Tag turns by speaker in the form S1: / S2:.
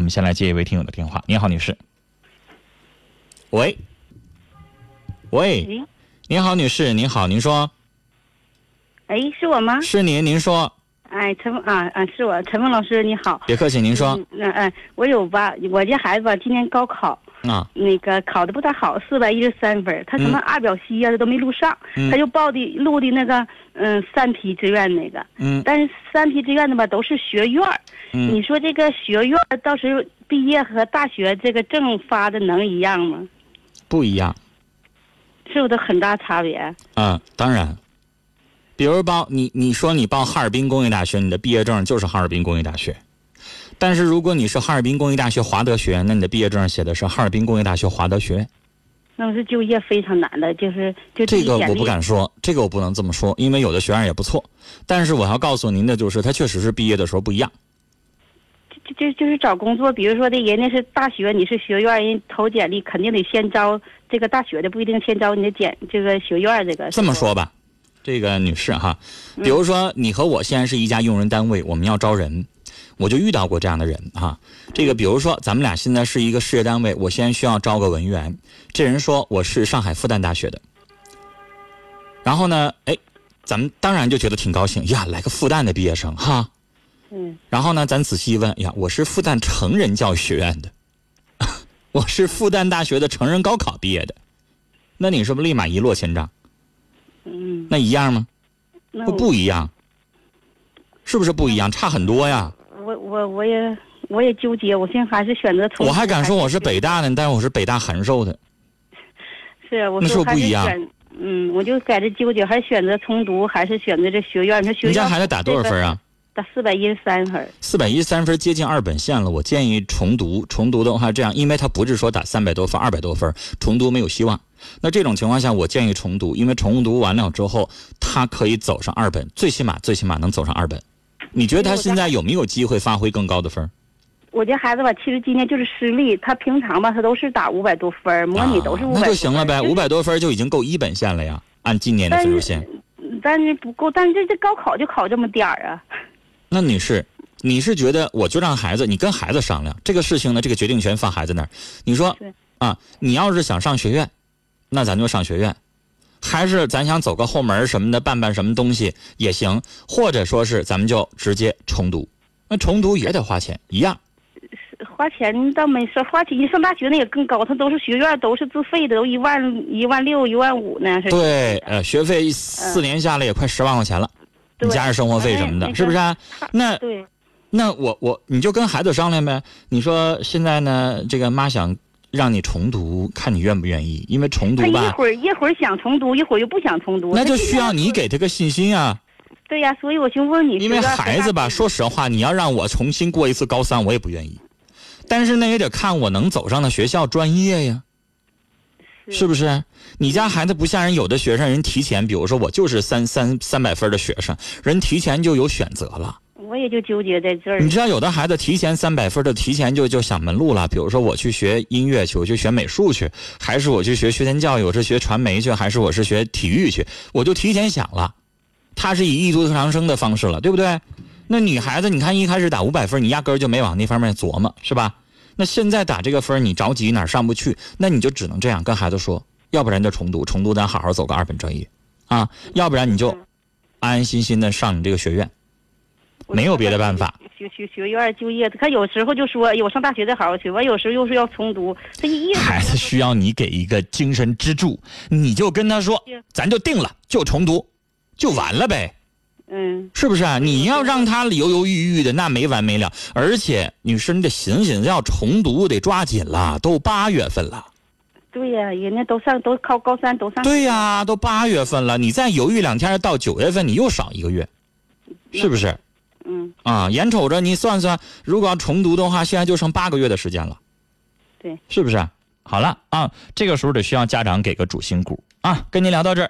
S1: 们先来接一位听友的电话。您好，女士。喂，喂，
S2: 喂，
S1: 您好，女士，您好，您说
S2: 哎，是我吗？
S1: 是您，您说，
S2: 哎，陈峰啊啊，是我，陈峰老师，你好。
S1: 别客气，您说
S2: 嗯，那、哎，我有吧，我家孩子吧，今年高考，
S1: 啊，
S2: 那个考的不咋好，四百一十三分儿，他什么二表西呀、他都没录上，
S1: 嗯
S2: 他就报的录的那个嗯三批志愿那个，
S1: 嗯
S2: 但是三批志愿的吧都是学院儿，
S1: 嗯
S2: 你，说这个学院儿到时候毕业和大学这个证发的能一样吗？
S1: 不一样，
S2: 是不是都很大差别？
S1: 嗯，当然，比如报你，你说你报哈尔滨工业大学，你的毕业证就是哈尔滨工业大学。但是如果你是哈尔滨工业大学华德学院，那你的毕业证写的是哈尔滨工业大学华德学院。
S2: 那我是就业非常难的，就是就
S1: 这个
S2: 简
S1: 我
S2: 历
S1: 不敢说，这个我不能这么说，因为有的学院也不错。但是我要告诉您的就是，它确实是毕业的时候不一样。
S2: 就就就是找工作，比如说的人家是大学，你是学院，人家投简历肯定得先招这个大学的，不一定先招你的简这个学院这个。
S1: 这么，说吧，这个女士哈，比如说你和我现在是一家用人单位，我们要招人，我就遇到过这样的人哈。这个比如说咱们俩现在是一个事业单位，我现在需要招个文员，这人说我是上海复旦大学的，然后呢，哎，咱们当然就觉得挺高兴呀，来个复旦的毕业生哈。
S2: 嗯，
S1: 然后呢，咱仔细一问，哎呀，我是复旦成人教育学院的，我是复旦大学的成人高考毕业的，那你是不是立马一落千丈？
S2: 嗯，
S1: 那一样吗？
S2: 那
S1: 不不一样，是不是不一
S2: 嗯
S1: 样？差很多呀！
S2: 我我我也我也纠结，我现在还是选择从
S1: 我还敢说我是北大的，但是我是北大函授的，
S2: 是啊我
S1: 那是
S2: 说
S1: 不
S2: 还是
S1: 一样
S2: 选嗯，我就在这纠结，还是选择重读，还是选择这学院？这学
S1: 你
S2: 院
S1: 家孩子打多少分啊？
S2: 打四百一十三分儿，
S1: 四百一十三分，接近二本线了。我建议重读，重读的话这样，因为他不是说打三百多分、二百多分，重读没有希望。那这种情况下，我建议重读，因为重读完了之后，他可以走上二本，最起码最起码能走上二本。你觉得他现在有没有机会发挥更高的分儿？
S2: 我家孩子吧，其实今年就是失利，他平常吧，他都是打五百多分儿，模拟都是
S1: 啊
S2: 五百、
S1: 那就行了呗，五百多分就已经够一本线了呀。按今年的分数线，
S2: 但是不够，但是这这高考就考这么点儿啊。
S1: 那女士，你是觉得我就让孩子，你跟孩子商量这个事情呢，这个决定权放孩子那儿。你说
S2: 对
S1: 啊，你要是想上学院，那咱就上学院；还是咱想走个后门什么的，办办什么东西也行，或者说是咱们就直接重读。那重读也得花钱，一样。
S2: 花钱倒没事，花钱你上大学那也更高，他都是学院，都是自费的，都一万一万六、一万五呢，是
S1: 对，呃，学费四年下来也快十万块钱了，你
S2: 嗯对
S1: 加上生活费什么
S2: 哎
S1: 的，是不是、啊？那
S2: 对，
S1: 那我我你就跟孩子商量呗。你说现在呢，这个妈想让你重读，看你愿不愿意，因为重
S2: 他
S1: 读
S2: 一
S1: 吧，
S2: 会儿一会儿想重读，一会儿又不想重读，
S1: 那就
S2: 他现
S1: 需要
S2: 在
S1: 你给他个信心啊。
S2: 对呀、所以我寻问你，
S1: 因为
S2: 学院和
S1: 孩子
S2: 大
S1: 吧，
S2: 学
S1: 说实话，你要让我重新过一次高三，我也不愿意。但是呢，也得看我能走上的学校专业呀，是不是？你家孩子不像人有的学生，人提前，比如说我就是三三三百分的学生，人提前就有选择了。
S2: 我也就纠结在这儿
S1: 你。知道有的孩子提前三百分儿的提前就就想门路了，比如说我去学音乐去，我去学美术去，还是我去学学前教育，我是学传媒去，还是我是学体育去，我就提前想了。他是以异族特长生的方式了，对不对？那女孩子，你看一开始打五百分儿，你压根儿就没往那方面琢磨，是吧？那现在打这个分儿，你着急哪儿上不去，那你就只能这样跟孩子说，要不然就重读，重读咱好好走个二本专业，啊，要不然你就
S2: 嗯
S1: 安安心心的上你这个学院，
S2: 我
S1: 没有
S2: 上
S1: 别的
S2: 大
S1: 办
S2: 学
S1: 法。
S2: 学学学院就业，他有时候就说，哎我上大学得好好学，完有时候又说要重读，他一意
S1: 孩子需要你给一个精神支柱，你就跟他说
S2: 是，
S1: 咱就定了，就重读，就完了呗，
S2: 嗯，
S1: 是不是啊？你要
S2: 对
S1: 让他犹犹豫豫的，那没完没了。而且，女士，你得寻寻思，要重读得抓紧了，都八月份了。
S2: 对呀、人家都上都考高三都上，
S1: 对呀、都八月份了，你再犹豫两天，到九月份你又少一个月，是不是？
S2: 嗯，
S1: 啊，眼瞅着你算算，如果要重读的话，现在就剩八个月的时间了，
S2: 对，
S1: 是不是？好了啊，这个时候得需要家长给个主心骨啊。跟您聊到这儿。